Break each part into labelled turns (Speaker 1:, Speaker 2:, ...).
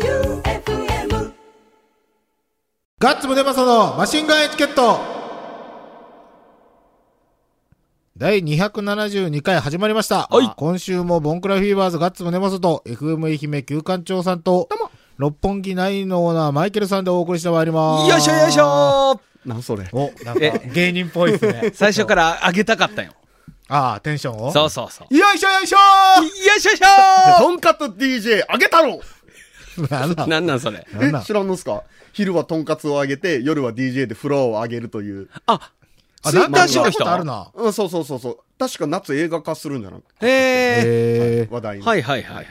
Speaker 1: J-O-E-U-F-M
Speaker 2: ガッツムネマソのマシンガンエチケット第272回始まりました。
Speaker 3: はい
Speaker 2: 今週もボンクラフィーバーズガッツムネマソと FM 愛媛旧館長さんと六本木ナインのオーナーマイケルさんでお送りしてまいります。
Speaker 3: よいしょよいしょなんそれ。。
Speaker 2: お、なんか芸人っぽいですね
Speaker 3: 最初から上げたかったよ。
Speaker 2: ああ、テンションを
Speaker 3: そうそうそう。
Speaker 4: よいしょよいしょ
Speaker 3: よいしょよいし
Speaker 4: とんかつ DJ あげ太郎
Speaker 2: う。 なんだ
Speaker 3: ょ なんなんそれ。
Speaker 2: なん
Speaker 4: え
Speaker 2: なん、
Speaker 4: 知らんのっすか昼はとんかつをあげて、夜は DJ でフロアをあげるという。
Speaker 3: あ、
Speaker 2: あ
Speaker 3: ツイッ
Speaker 2: な
Speaker 3: ター
Speaker 2: んか
Speaker 3: しの人
Speaker 2: 見たことあるな。
Speaker 4: うん、そうそうそうそう。確か夏映画化するんじゃない
Speaker 3: へえ。
Speaker 2: えー
Speaker 4: 話題に。。
Speaker 3: はいいはいはいはい。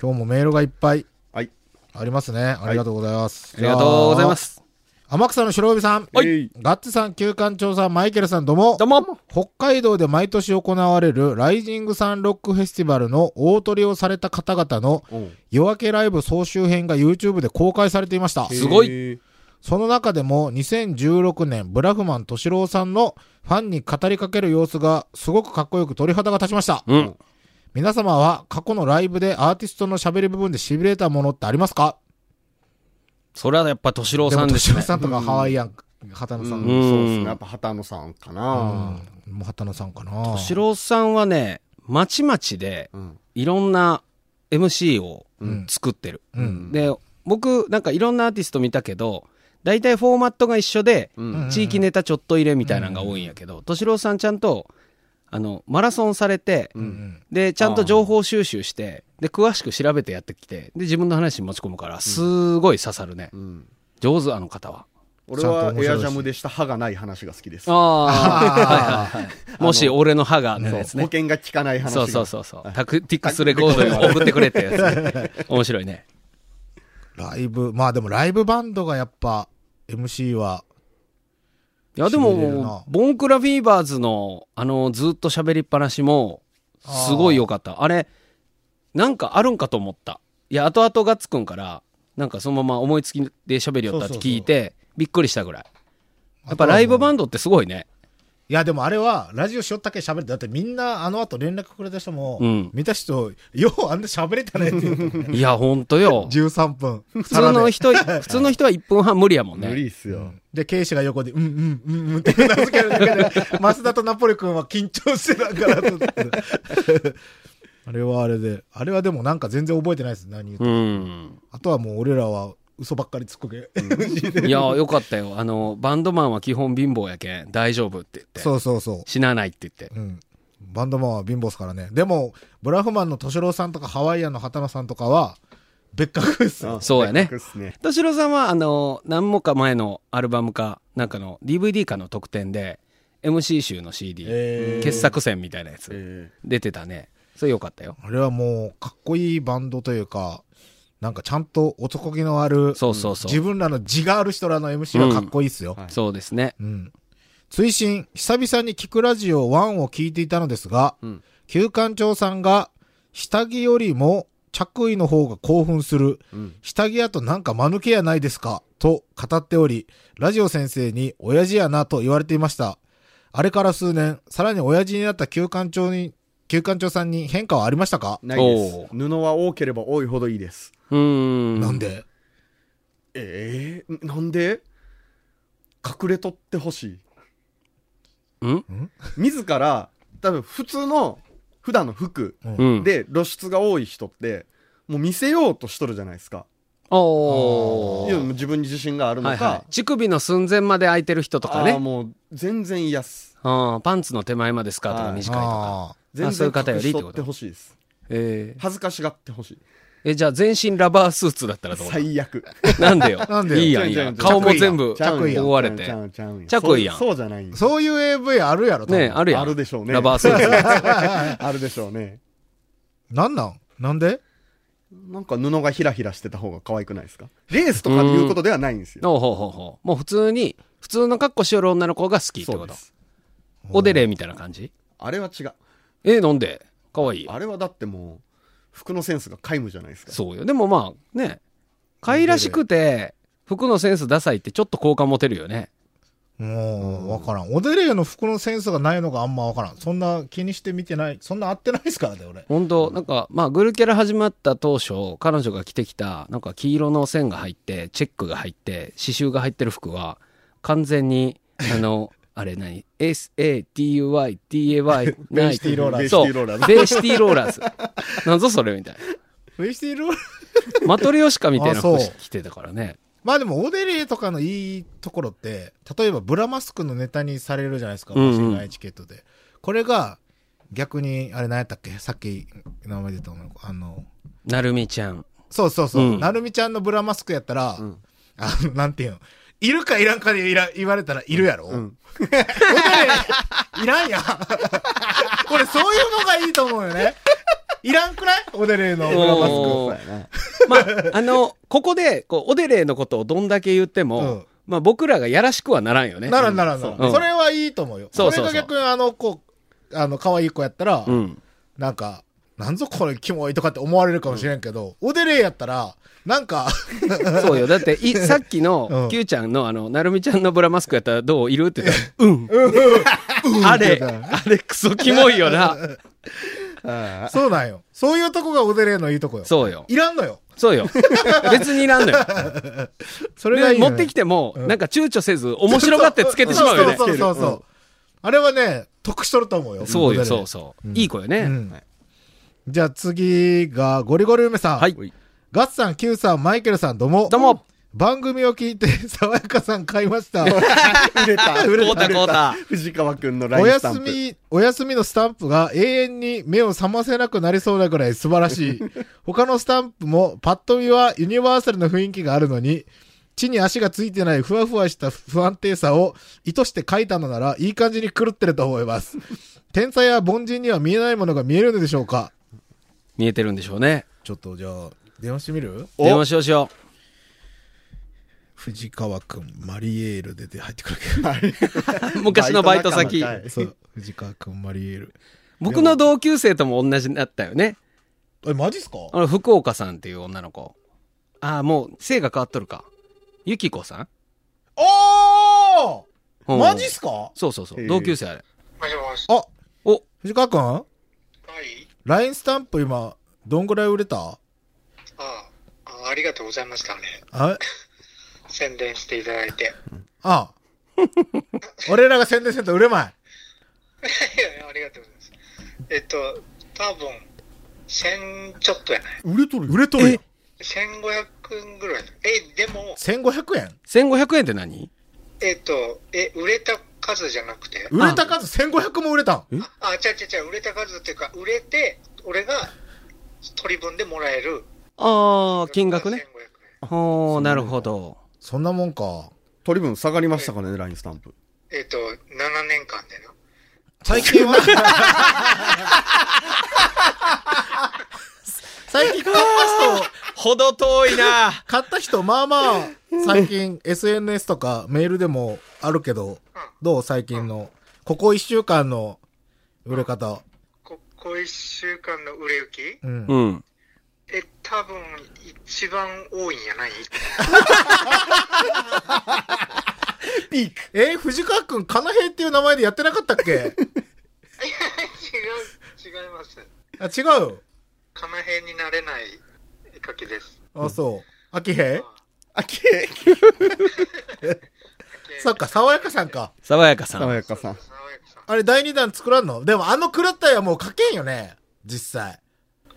Speaker 2: 今日もメールがいっぱい
Speaker 4: はい。
Speaker 2: ありますね。ありがとうございます。
Speaker 3: ありがとうございま。す。
Speaker 2: 天草の白帯さん。
Speaker 3: はい
Speaker 4: えい
Speaker 2: ガッツさん、旧館長さん、マイケルさん、どうも。
Speaker 3: どうも。
Speaker 2: 北海道で毎年行われるライジングサンロックフェスティバルの大トリをされた方々の
Speaker 4: うん
Speaker 2: 夜明けライブ総集編が YouTube で公開されていました。
Speaker 3: すごい
Speaker 4: へー
Speaker 2: その中でも2016年ブラフマン敏郎さんのファンに語りかける様子がすごくかっこよく鳥肌が立ちました。
Speaker 3: うん。
Speaker 2: 皆様は過去のライブでアーティストの喋り部分で痺れたものってありますか
Speaker 3: それはやっぱ敏郎
Speaker 2: で
Speaker 3: さ
Speaker 2: も
Speaker 3: んで
Speaker 2: 敏
Speaker 3: す
Speaker 2: 郎
Speaker 3: ね。
Speaker 2: さんとかハワイアン、畑野さん。
Speaker 4: う
Speaker 2: うん
Speaker 4: ん、そう
Speaker 3: う
Speaker 4: っ
Speaker 3: ん
Speaker 4: すね。やっぱ畑野さんか
Speaker 2: も
Speaker 4: な。
Speaker 2: う畑野さんかな。
Speaker 3: 敏郎さんはね、まちまちで
Speaker 4: うん。
Speaker 3: いろんな MC を
Speaker 2: ん
Speaker 3: 作ってる。
Speaker 2: うん
Speaker 3: で、僕なんかいろんなアーティスト見たけど、大体フォーマットが一緒で、
Speaker 4: うん
Speaker 3: 地域ネタちょっと入れみたいなのが多いんやけど、敏郎さんちゃんと、あの、マラソンされて、で、ちゃんと情報収集して、で、詳しく調べてやってきて、で、自分の話に持ち込むから、すごい刺さるね。
Speaker 4: ん
Speaker 3: 上手、あの方は。
Speaker 4: 俺
Speaker 2: ちゃ
Speaker 4: は
Speaker 2: んと面白いし
Speaker 4: エアジャムでした歯がない話が好きです。
Speaker 3: ああ。 もし、俺の歯がのやつ
Speaker 4: そう保
Speaker 3: ね。
Speaker 4: 険が効かない話
Speaker 3: そ
Speaker 4: が。
Speaker 3: うそうそうそう。タクティックスレコードにも送ってくれってやつね。面白いね。
Speaker 2: ライブ、まあでもライブバンドがやっぱ MC は、
Speaker 3: いや、で
Speaker 2: しびれるな
Speaker 3: も、ボンクラフィーバーズの、あの、ずっと喋りっぱなしも、すごい良かった。あれ、なんかあるんかと思った。いや、後々ガッツくんから、なんかそのまま思いつきで喋りよったって聞いて、びっくりしたぐらい。やっぱライブバンドってすごい ね。
Speaker 2: いやでもあれはラジオしよったけ喋って、だってみんなあの後連絡くれた人も、
Speaker 3: うん
Speaker 2: 見た人、ようあんな喋れたねって言うとね
Speaker 3: いや、ほんとよ。
Speaker 2: 13分。普
Speaker 3: 普通の人、普通の人は1分半無理やもん
Speaker 4: 無理
Speaker 3: ね。
Speaker 4: っすよ。
Speaker 2: で、ケイシが横で、うんうんうんうんって名付けるだけで、 増田とナポリ君は緊張してたからと思って、 あれはあれで、あれはでもなんか全然覚えてないです、何言って
Speaker 3: うん。
Speaker 2: あとはもう俺らは嘘ばっかりつっこけ。
Speaker 3: いや、よかったよ。あの、バンドマンは基本貧乏やけん、大丈夫って言って。
Speaker 2: そうそうそう。
Speaker 3: 死なないって言って。
Speaker 2: うん。バンドマンは貧乏っすからね。でも、ブラフマンの敏郎さんとかハワイアンの畑野さんとかは、別格っすよ。
Speaker 4: ん
Speaker 3: そうやね
Speaker 4: せっかくっすね。
Speaker 3: 敏郎さんは、あの、何もか前のアルバムか、なんかの DVD かの特典で、MC 集の CD、
Speaker 2: えー
Speaker 3: 傑作選みたいなやつ、
Speaker 4: え
Speaker 3: 出てたね。それよかったよ。
Speaker 2: あれはもう、かっこいいバンドというか、なんかちゃんと男気のある、
Speaker 3: そうそうそう
Speaker 2: 自分らの地がある人らの MC はかっこいいっすよ。
Speaker 4: はい
Speaker 3: そうですね。
Speaker 2: うん。追伸、久々に聞くラジオ1を聞いていたのですが、
Speaker 4: うん
Speaker 2: 旧館長さんが、下着よりも着衣の方が興奮する、
Speaker 4: うん
Speaker 2: 下着やとなんか間抜けやないですか、と語っており、ラジオ先生に親父やなと言われていました。あれから数年、さらに親父になった旧館長に、旧館長さんに変化はありましたか、
Speaker 4: ないです
Speaker 3: お。
Speaker 4: 布は多ければ多いほどいいです。
Speaker 3: うーん。
Speaker 2: なんで
Speaker 4: ええなんで隠れとってほしい
Speaker 3: ん
Speaker 4: 自ら多分普通の普段の服
Speaker 3: うん。、
Speaker 4: で露出が多い人ってもう見せようとしとるじゃないですか
Speaker 3: お
Speaker 4: い
Speaker 3: ー
Speaker 4: やもう自分に自信があるの
Speaker 3: はい
Speaker 4: か、
Speaker 3: はい。乳首の寸前まで空いてる人とか
Speaker 4: あー
Speaker 3: ね。
Speaker 4: もう全然嫌っす
Speaker 3: あーパンツの手前までスカートが短いとか。
Speaker 2: あ
Speaker 4: 全
Speaker 3: あそうい
Speaker 4: 然
Speaker 3: う方よ
Speaker 4: 隠
Speaker 3: りっ
Speaker 4: してと
Speaker 3: こ
Speaker 4: って
Speaker 3: と
Speaker 4: ほしいです
Speaker 3: えー
Speaker 4: 恥ずかしがってほしい
Speaker 3: え、じゃあ全身ラバースーツだったらどう
Speaker 4: 最悪
Speaker 3: なんでよ。
Speaker 2: なんでよ
Speaker 3: いいやん、いいやん。顔も全部
Speaker 4: ちゃうやん
Speaker 3: 覆われて
Speaker 4: ち。ゃうちゃうやん
Speaker 3: 着衣やん
Speaker 4: そうそうじゃないん
Speaker 2: ーそういう AV あるやろ、多分
Speaker 3: ねえあるやん。
Speaker 4: あるでしょうね
Speaker 3: ラバースーツ。
Speaker 4: あるでしょうね
Speaker 2: なんなんなんで
Speaker 4: なんか布がひらひらしてた方が可愛くないですかレースとかでいうことではないん ですよ。
Speaker 3: ほうほうほうほう。もう普通に、普通の格好しよる女の子が好きって
Speaker 4: そ
Speaker 3: こ
Speaker 4: うで
Speaker 3: と。
Speaker 4: す。
Speaker 3: おでれみたいな感じ
Speaker 4: あれは違う。
Speaker 3: え、なんでかわいいよ。
Speaker 4: あれはだってもう、服のセンスが皆無じゃないですか。
Speaker 3: そうよ。でもまあ、ね。可愛らしくて、服のセンスダサいってちょっと好感持てるよね。
Speaker 2: もう、わからん。オデレイの服のセンスがないのがあんまわからん。そんな気にして見てない。そんな合ってないですからね、俺。
Speaker 3: 本当なんかまあグルキャラ始まった当初彼女が着てきたなんか黄色の線が入ってチェックが入って刺繍が入ってる服は完全にあのあれ何 ?SADUYDAY
Speaker 2: ベイシティローラーズ
Speaker 3: そうベイシティローラーズなんぞそれみたい
Speaker 2: フェイシティロール
Speaker 3: なマトリオシカみたいな
Speaker 2: あ
Speaker 3: 服
Speaker 2: そう
Speaker 3: 着てたからね
Speaker 2: まあでも、オデレイとかのいいところって、例えばブラマスクのネタにされるじゃないですか、
Speaker 3: うんうん
Speaker 2: マシンガンエチケットで。これが、逆に、あれ何やったっけさっき名前出たのあの、
Speaker 3: なるみちゃん
Speaker 2: そうそうそう、
Speaker 3: うん
Speaker 2: なるみちゃんのブラマスクやったら、
Speaker 3: ん
Speaker 2: あの、なんていうの、いるかいらんかでいら言われたらいるやろ、うんいらんやん。俺そういうのがいいと思うよね。いらんくらいオデレイのブラマスク。
Speaker 3: おー
Speaker 4: そうやな
Speaker 3: まあ、あの、ここで、こう、オデレイのことをどんだけ言っても、
Speaker 2: うん
Speaker 3: まあ僕らがやらしくはならんよね。
Speaker 2: ならんならんならん
Speaker 3: そううん
Speaker 2: それはいいと思うよ。
Speaker 3: そうそうそう
Speaker 2: れが逆にあの子、あの、可愛い子やったら、
Speaker 3: うん。
Speaker 2: なんか、なんぞこれキモいとかって思われるかもしれんけど、オデレイやったら、なんか、
Speaker 3: そうよ。だって、 い、さっき
Speaker 2: う
Speaker 3: の
Speaker 2: ん、
Speaker 3: キューちゃんの、あの、なるみちゃんのブラマスクやったらどういるって言ったら、うん。あれ、あれクソキモい よな。
Speaker 4: あ
Speaker 2: そうなんよ。そういうとこがオデレイのいいとこよ。
Speaker 3: そうよ。
Speaker 2: いらんのよ。
Speaker 3: そうよ。別にいらんのよ。
Speaker 2: それがい
Speaker 3: で
Speaker 2: いの
Speaker 3: 持
Speaker 2: よ
Speaker 3: ってきても、
Speaker 2: うん
Speaker 3: なんか躊躇せず、面白がってつけてしまうよね。
Speaker 2: そうそうそうそうそう、あれはね、得しとると思うよ。
Speaker 3: そうよ、
Speaker 2: オデレイ
Speaker 3: そうそう。いい子よね。
Speaker 2: うんじゃあ次が、ゴリゴリ梅さん。
Speaker 3: はい。
Speaker 2: ガッツさん、キューさん、マイケルさん、どうも。
Speaker 3: どうも。
Speaker 2: 番組を聞いて、 爽やかさん買いました。
Speaker 4: あ売れ た売れ
Speaker 3: こうたこうた
Speaker 4: た藤川君のライ
Speaker 2: お
Speaker 4: ンスタ
Speaker 2: 休
Speaker 4: ンプ
Speaker 2: み、お休みのスタンプが永遠に目を覚ませなくなりそうなぐらい素晴ら しい。他のスタンプもパッと見はユニバーサルの雰囲気があるのに、地に足がついてないふわふわした不安定さを意図して書いたのならいい感じに狂ってると思います。天才や凡人には見えないものが見えるのでしょうか
Speaker 3: 見えてるんでしょうね。
Speaker 2: ちょっとじゃあ、電話してみる
Speaker 4: お
Speaker 3: 電話しようしよ
Speaker 2: 藤川くん、マリエール出て入ってくる
Speaker 3: う。昔のバイト先。
Speaker 4: バイト仲間かい
Speaker 2: そう、藤川くん、マリエール。
Speaker 3: 僕の同級生とも同じだったよね。
Speaker 2: え、マジっすか
Speaker 3: あの、福岡さんっていう女の子。ああ、もう、姓が変わっとるか。ゆきこさん
Speaker 2: お
Speaker 3: う
Speaker 2: ー
Speaker 3: ん
Speaker 2: マジっすか
Speaker 3: そうそうそ
Speaker 4: へ
Speaker 3: う。
Speaker 4: え
Speaker 3: 同級生あれ。
Speaker 5: もしもし。
Speaker 2: あ、
Speaker 3: お、
Speaker 2: 藤川くん
Speaker 5: はい。
Speaker 2: ラインスタンプ今、どんぐらい売れた
Speaker 5: ああ、ありがとうございましたね。
Speaker 2: あ
Speaker 5: 宣伝していただいて。い
Speaker 2: あ。俺らが宣伝せんと売れまい。
Speaker 5: やいや、ありがとうございます。えっと、多分、1000ちょっとやない。
Speaker 2: 売れとる売れとるよ。
Speaker 5: 1500ぐらい。え、でも、
Speaker 2: 1500円
Speaker 3: 1500円って何
Speaker 5: えっと、え、売れた数じゃなくて、
Speaker 2: 売れた数1500も売れたん。
Speaker 5: あ、違う違う違う、売れた数っていうか、売れて、俺が取り分でもらえる。
Speaker 3: ああ、金額ね。
Speaker 5: 1500円。
Speaker 3: ほー、なるほど。
Speaker 2: そんなもんか。
Speaker 4: 取り分下がりましたかねラインスタンプ
Speaker 5: えっと、7年間でな。
Speaker 2: 最近は。 最近買った人、
Speaker 3: ほど遠いな
Speaker 2: 買った人、まあまあ、最近 SNS とかメールでもあるけど、どう最近の。ここ1週間の売れ方。
Speaker 5: ここ1週間の売れ行き
Speaker 2: うん。
Speaker 3: うん。
Speaker 5: え、多分、一番多いんやない
Speaker 4: ピーク
Speaker 2: えー藤川くん、かなへいっていう名前でやってなかったっ け
Speaker 5: 違う、違います。
Speaker 2: あ、違う。
Speaker 5: かなへんになれない絵描きです。
Speaker 2: あ、そう。あきへい
Speaker 4: あきれい
Speaker 2: そっか、爽やかさんか。
Speaker 3: 爽やかさ
Speaker 4: 爽
Speaker 3: ん。
Speaker 4: やかさん
Speaker 5: 爽やかさん。
Speaker 2: あれ、第2弾作らんのでも、あの狂った絵はもう描けんよね。実際。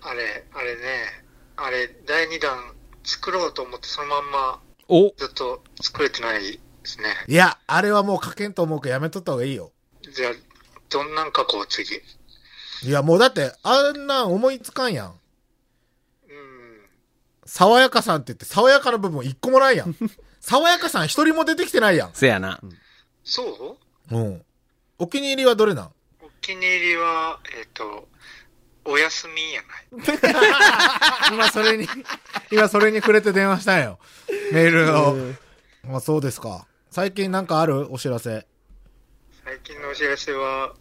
Speaker 5: あれ、あれね、あれ、第2弾作ろうと思ってそのまんま
Speaker 3: お、
Speaker 5: ずっと作れてないですね。
Speaker 2: いや、あれはもう描けんと思うからやめとった方がいいよ。
Speaker 5: じゃあ、どんなん描こう、次。
Speaker 2: いや、もうだって、あんなん思いつかんやん。
Speaker 5: うん。
Speaker 2: 爽やかさんって言って、爽やかな部分一個もない やん。爽やかさん一人も出てきてないやん。
Speaker 3: せやな。
Speaker 5: そう
Speaker 2: うん。お気に入りはどれなん
Speaker 5: お気に入りは、えっ、と、お休みやない。
Speaker 2: 今それに、今それに触れて電話したんよ。メールを。まあそうですか。最近なんかあるお知らせ。
Speaker 5: 最近のお知らせは、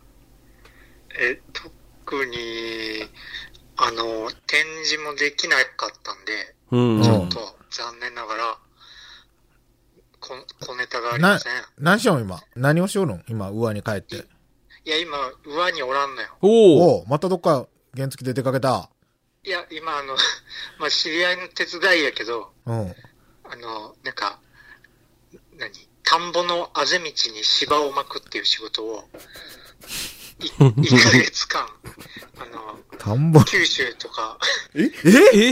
Speaker 5: え、特に、あの、展示もできなかったんで、
Speaker 3: うん
Speaker 5: ち。ょっと残念ながら、こ小ネタがありま
Speaker 2: な
Speaker 5: せん。、
Speaker 2: 何しよう今。何をしようの今、上に帰って。
Speaker 5: いや、今、上におらんのよ。
Speaker 3: おお
Speaker 2: おうまたどっか原付で出かけた。
Speaker 5: いや、今、あの、 まあ、知り合いの手伝いやけど、
Speaker 2: うん。
Speaker 5: あの、なんか、何田んぼのあぜ道に芝を巻くっていう仕事を、い1ヶ月間、あの、
Speaker 2: 田んぼ。
Speaker 5: 九州とか、
Speaker 3: え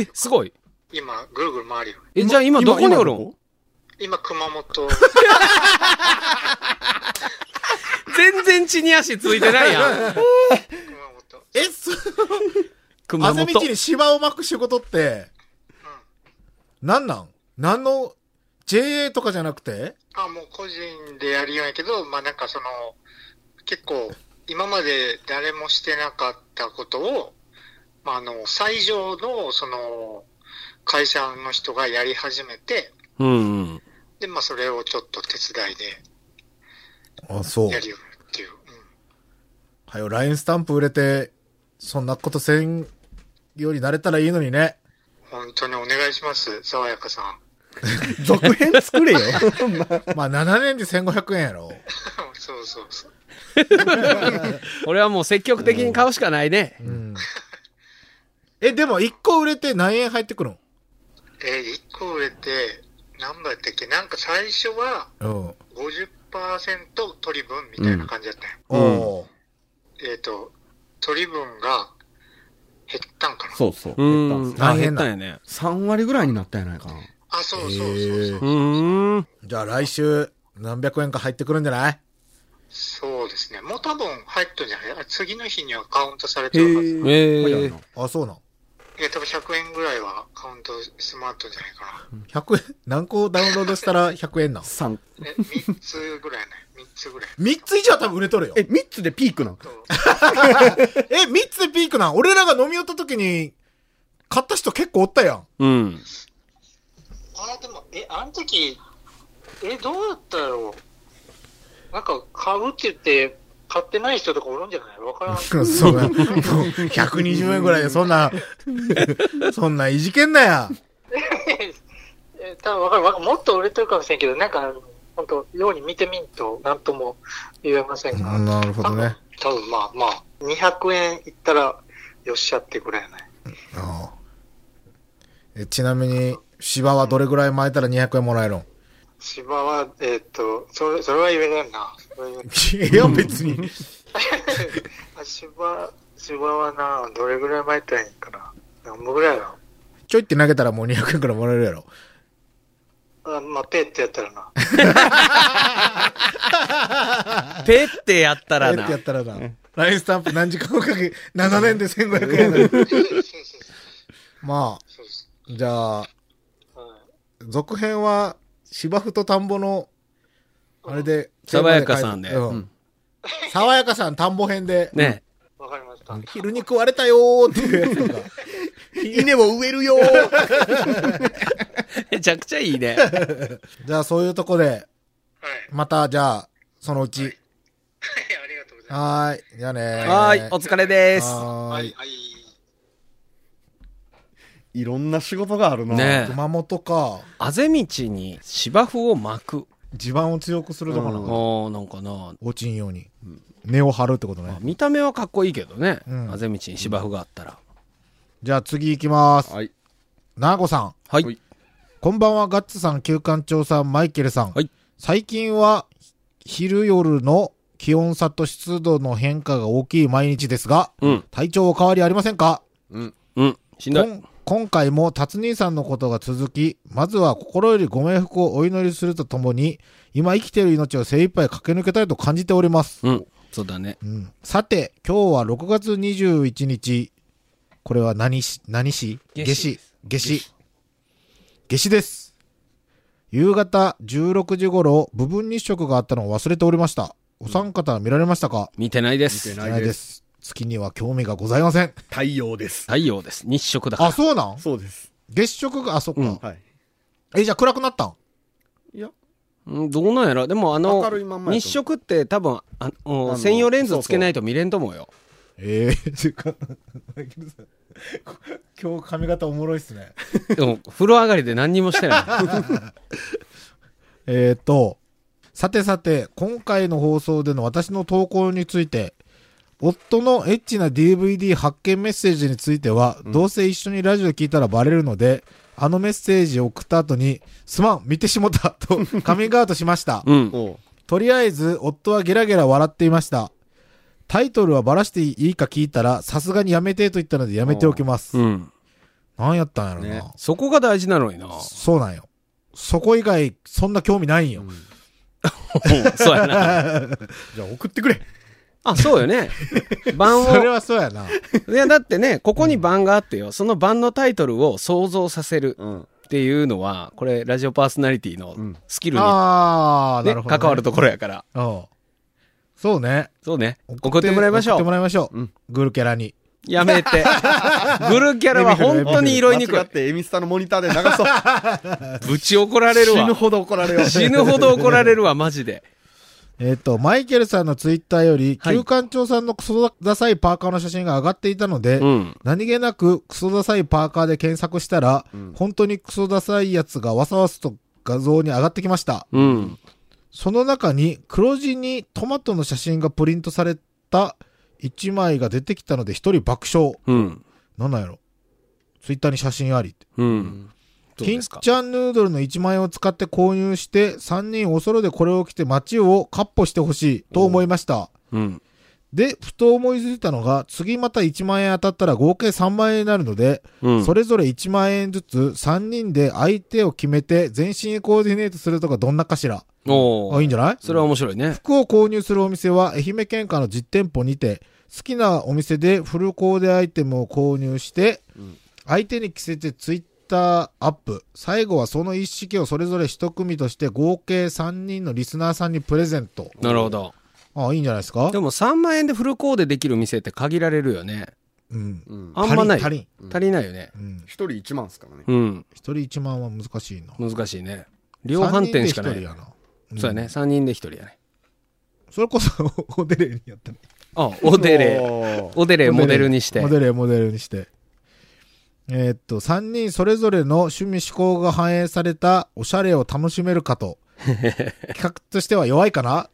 Speaker 3: えすごい。
Speaker 5: 今、ぐるぐる回るよ。
Speaker 3: え、じゃあ今どこにおるん
Speaker 4: 今どこ
Speaker 5: 今、熊本、
Speaker 3: 全然地に足ついてないやん。
Speaker 5: 熊本。
Speaker 2: え、 そ、あ
Speaker 3: 熊
Speaker 2: ぜ
Speaker 3: 本。
Speaker 2: 道に芝を巻く仕事って、なんなんなんの、JA とかじゃなくて
Speaker 5: あ、もう個人でやるようやけど、まあなんかその、結構、今まで誰もしてなかったことを、まああの、最上の、その、会社の人がやり始めて、
Speaker 3: うんうん。
Speaker 5: で、まあそれをちょっと手伝いで
Speaker 2: あ、そう
Speaker 5: や。るよっていう。
Speaker 2: はよ、LINE スタンプ売れて、そんなことせんようになれたらいいのにね。
Speaker 5: うん。本当にお願いします、爽やかさん。
Speaker 4: 続編 作れよ。
Speaker 2: まあ、7年で1500円やろ。
Speaker 5: そうそうそう。
Speaker 3: 俺はもう積極的に買うしかないね。
Speaker 2: うん。え、でも1個売れて何円入ってくる
Speaker 5: えー、1個売れて、何倍やったっけなんか最初は
Speaker 2: の
Speaker 5: 50%取り分みたいな感じだったよ。
Speaker 2: うん。おー
Speaker 5: えっ、と、取り分が減ったんかな。
Speaker 4: そうそう。
Speaker 3: う
Speaker 4: 減っ
Speaker 3: ん。
Speaker 4: た
Speaker 2: 大
Speaker 3: 大
Speaker 2: 変
Speaker 3: 変
Speaker 2: だ
Speaker 3: だよね。
Speaker 4: 3割ぐらいになったんやないかな。
Speaker 5: あ、そうそうそうそう。
Speaker 3: うーん。
Speaker 2: じゃあ来週、何百円か入ってくるんじゃない
Speaker 5: そうですね。もう多分入っとんじゃないあ次の日にはカウントされてるはず。
Speaker 4: え
Speaker 3: え
Speaker 4: え
Speaker 3: え
Speaker 4: な。
Speaker 2: あ、そうなん。
Speaker 5: いや、多分100円ぐらいはカウント済まっとんじゃないか
Speaker 2: 100円、何個ダウンロードしたら100円なん。
Speaker 4: 三
Speaker 5: な。え、3つぐらいね。3つぐらい。
Speaker 2: 3つ以上は多分売れとるよ。
Speaker 4: え、3つでピークなん
Speaker 5: そう
Speaker 2: え、3つでピークなん俺らが飲み寄った時に、買った人結構おったやん。
Speaker 3: うん。
Speaker 5: あ、でも、え、あの時、え、どうやったろうなんか買うって言って、買ってない人とかおるんじゃないわからん。
Speaker 2: そうな。120円ぐらいで、そん な、そんないじけんなや。
Speaker 5: え多分わかるわかる。もっと売れてるかもしれんけど、なんか、本当ように見てみんと、なんとも言えませんが。
Speaker 2: なるほどね。
Speaker 5: 多分まあまあ、200円いったら、よっしゃってぐらいやね。
Speaker 2: ああえちなみに、芝はどれぐらい巻いたら200円もらえるん
Speaker 5: 芝は、えっ、と、それ、それは言えないな。それは言えない
Speaker 2: いや、別に。
Speaker 5: あ芝、芝はな、どれぐらい巻いたらいいんかな。何本ぐらいな
Speaker 2: ちょいって投げたらもう200円くらいもらえるやろ。
Speaker 5: のあまあ、ペッてやったら な。
Speaker 3: ペッてやったら
Speaker 2: えってや
Speaker 3: な
Speaker 2: っ。たらな。ラインスタンプ何時間もかけ、7年で1500円だよ
Speaker 5: そうそうそう
Speaker 2: まあ、
Speaker 5: そうです
Speaker 2: じゃあ、
Speaker 5: はい
Speaker 2: 続編は、芝生と田んぼの、あれで、
Speaker 3: 爽やかさんで
Speaker 2: う
Speaker 4: うんん。
Speaker 2: 爽やかさん田んぼ編で、
Speaker 3: ね。
Speaker 5: わかりました。
Speaker 2: 昼に食われたよーっていうやつ が。
Speaker 4: 稲を植えるよー
Speaker 3: めちゃくちゃいいね。
Speaker 2: じゃあそういうとこで、
Speaker 5: はい。
Speaker 2: また、じゃあ、そのうち。
Speaker 5: ありがとうございま
Speaker 2: はーい。じゃあねー。
Speaker 3: はーい、お疲れです。
Speaker 5: す。
Speaker 2: はーい。
Speaker 5: はい。
Speaker 4: いろんな仕事があるな。
Speaker 3: ね
Speaker 2: 熊本か。
Speaker 3: あぜ道に芝生を巻く。
Speaker 2: 地盤を強くするとか
Speaker 4: う
Speaker 2: な。
Speaker 3: ああ、なんかな。
Speaker 2: 落ちんように。根を張るってことね。
Speaker 3: 見た目はかっこいいけどね。
Speaker 2: うん
Speaker 3: あぜ道に芝生があったら。
Speaker 2: じゃあ次行きます。
Speaker 4: はい。
Speaker 2: なあこさん。
Speaker 3: はい。
Speaker 4: はい
Speaker 2: こんばんは、ガッツさん、旧館長さん、マイケルさん。
Speaker 3: はい
Speaker 2: 最近は、昼夜の気温差と湿度の変化が大きい毎日ですが、
Speaker 3: うん
Speaker 2: 体調お変わりありませんか
Speaker 4: うん。
Speaker 3: うん。しんど
Speaker 2: こ
Speaker 3: い。
Speaker 2: ん今回も達兄さんのことが続き、まずは心よりご冥福をお祈りするとともに、今生きている命を精一杯駆け抜けたいと感じております。
Speaker 3: うん。そうだね。
Speaker 2: うんさて、今日は6月21日、これは何し、何し
Speaker 3: 夏
Speaker 2: 夏
Speaker 3: 至
Speaker 2: 至。夏至。夏至です。夕方16時頃、部分日食があったのを忘れておりました。お三方は見られましたか、
Speaker 3: 見てないで
Speaker 4: 見
Speaker 3: す
Speaker 4: て。ないです。
Speaker 2: す。月には興味がございません。
Speaker 4: 太陽です。
Speaker 3: 太陽です。日食だか
Speaker 2: あ、
Speaker 3: ら。
Speaker 2: そうなん
Speaker 4: そうです。
Speaker 2: 月食が、あ、そっか。
Speaker 3: うん
Speaker 4: はい。
Speaker 2: え、じゃあ暗くなったん
Speaker 4: いや、
Speaker 3: うんどうなんやろでもあの
Speaker 4: 明るいまん、まやと思う
Speaker 3: 日食って多分、あう
Speaker 4: の
Speaker 3: ん専用レンズつけないと見れんと思うよ。
Speaker 2: ええていうか、マイケルさんこ今日髪型おもろいっすね。
Speaker 3: でも風呂上がりで何にもしてない。
Speaker 2: えっと、さてさて、今回の放送での私の投稿について、夫のエッチな DVD 発見メッセージについては、どうせ一緒にラジオ聞いたらバレるので、あのメッセージを送った後に、すまん、見てしもた、とカミングアウトしました。
Speaker 3: うん。
Speaker 4: おう
Speaker 2: とりあえず、夫はゲラゲラ笑っていました。タイトルはバラしていいか聞いたら、さすがにやめてと言ったのでやめておきます。
Speaker 3: うん。
Speaker 2: なんやったんやろな。
Speaker 4: ね
Speaker 3: そこが大事なのにな。
Speaker 2: そうなんよ。そこ以外、そんな興味ないんよ。
Speaker 3: そうやな。
Speaker 4: じゃあ送ってくれ。
Speaker 3: あ、そうよね。番
Speaker 2: それ
Speaker 3: を。
Speaker 2: はそうやな。
Speaker 3: いや、だってね、ここに番があってよ。その番のタイトルを想像させる
Speaker 4: うん。
Speaker 3: っていうのは、これ、ラジオパーソナリティの
Speaker 4: うん
Speaker 3: スキルに、ね
Speaker 2: ああ、なるほど、ね。
Speaker 3: 関わるところやから。
Speaker 2: うん。そうね。
Speaker 3: そうね。送ってもらいましょ
Speaker 2: 送っても
Speaker 3: う。
Speaker 2: らいましょう。
Speaker 4: うん
Speaker 2: グルキャラに。
Speaker 3: やめて。グルキャラは本当に拾いにく
Speaker 4: 間違
Speaker 3: い
Speaker 4: っ。て、エミスタのモニターで流 そう。
Speaker 3: ぶち怒られる
Speaker 4: 死ぬ
Speaker 3: わ。
Speaker 4: ほど怒られよう。
Speaker 3: 死ぬほど怒られるわ、マジで。
Speaker 2: えっ、と、マイケルさんのツイッターより、
Speaker 3: はい
Speaker 2: 旧館長さんのクソダサいパーカーの写真が上がっていたので、
Speaker 3: うん。
Speaker 2: 何気なくクソダサいパーカーで検索したら、
Speaker 4: うん
Speaker 2: 本当にクソダサいやつがわさわさと画像に上がってきました。
Speaker 3: うん。
Speaker 2: その中に黒地にトマトの写真がプリントされた1枚が出てきたので一人爆笑。
Speaker 3: うん。
Speaker 2: なんなんやろツイッターに写真ありって。
Speaker 3: うん。どう
Speaker 2: キンち
Speaker 3: ですか
Speaker 2: ゃんヌードルの1万円を使って購入して3人おそろでこれを着て街をカッポしてほしいと思いました。
Speaker 3: うん。
Speaker 2: で、ふと思いついたのが、次また1万円当たったら合計3万円になるので、
Speaker 3: うん
Speaker 2: それぞれ1万円ずつ3人で相手を決めて全身コーディネートするとかどんなかしら。
Speaker 3: お
Speaker 2: あ、いいん
Speaker 3: ー
Speaker 2: じゃない
Speaker 3: それは面白いね。
Speaker 2: 服を購入するお店は愛媛県下の実店舗にて好きなお店でフルコーデアイテムを購入して、相手に着せてツイッターアップ最後はその一式をそれぞれ一組として合計3人のリスナーさんにプレゼント
Speaker 3: なるほど。
Speaker 2: あいいんじゃないですか
Speaker 3: でも3万円でフルコーデできる店って限られるよね。
Speaker 2: うん
Speaker 4: うん
Speaker 3: あんまない。
Speaker 2: 足りん
Speaker 3: 足りないよね。
Speaker 2: 足りんうん
Speaker 4: 一人一万ですからね。
Speaker 3: うん。
Speaker 2: 一人1万は難しいな
Speaker 3: 難しいね。量販店しかな
Speaker 2: 三人で一人。
Speaker 3: い
Speaker 2: やな
Speaker 3: そうやね。3人で1人やね。
Speaker 2: それこそおデレにやったね
Speaker 3: あ、オデレ。
Speaker 4: おー
Speaker 3: オデレモデルにして
Speaker 2: モ。デルモデルにして。えーっと、3人それぞれの趣味思考が反映されたおしゃれを楽しめるか と。企画としては弱いかな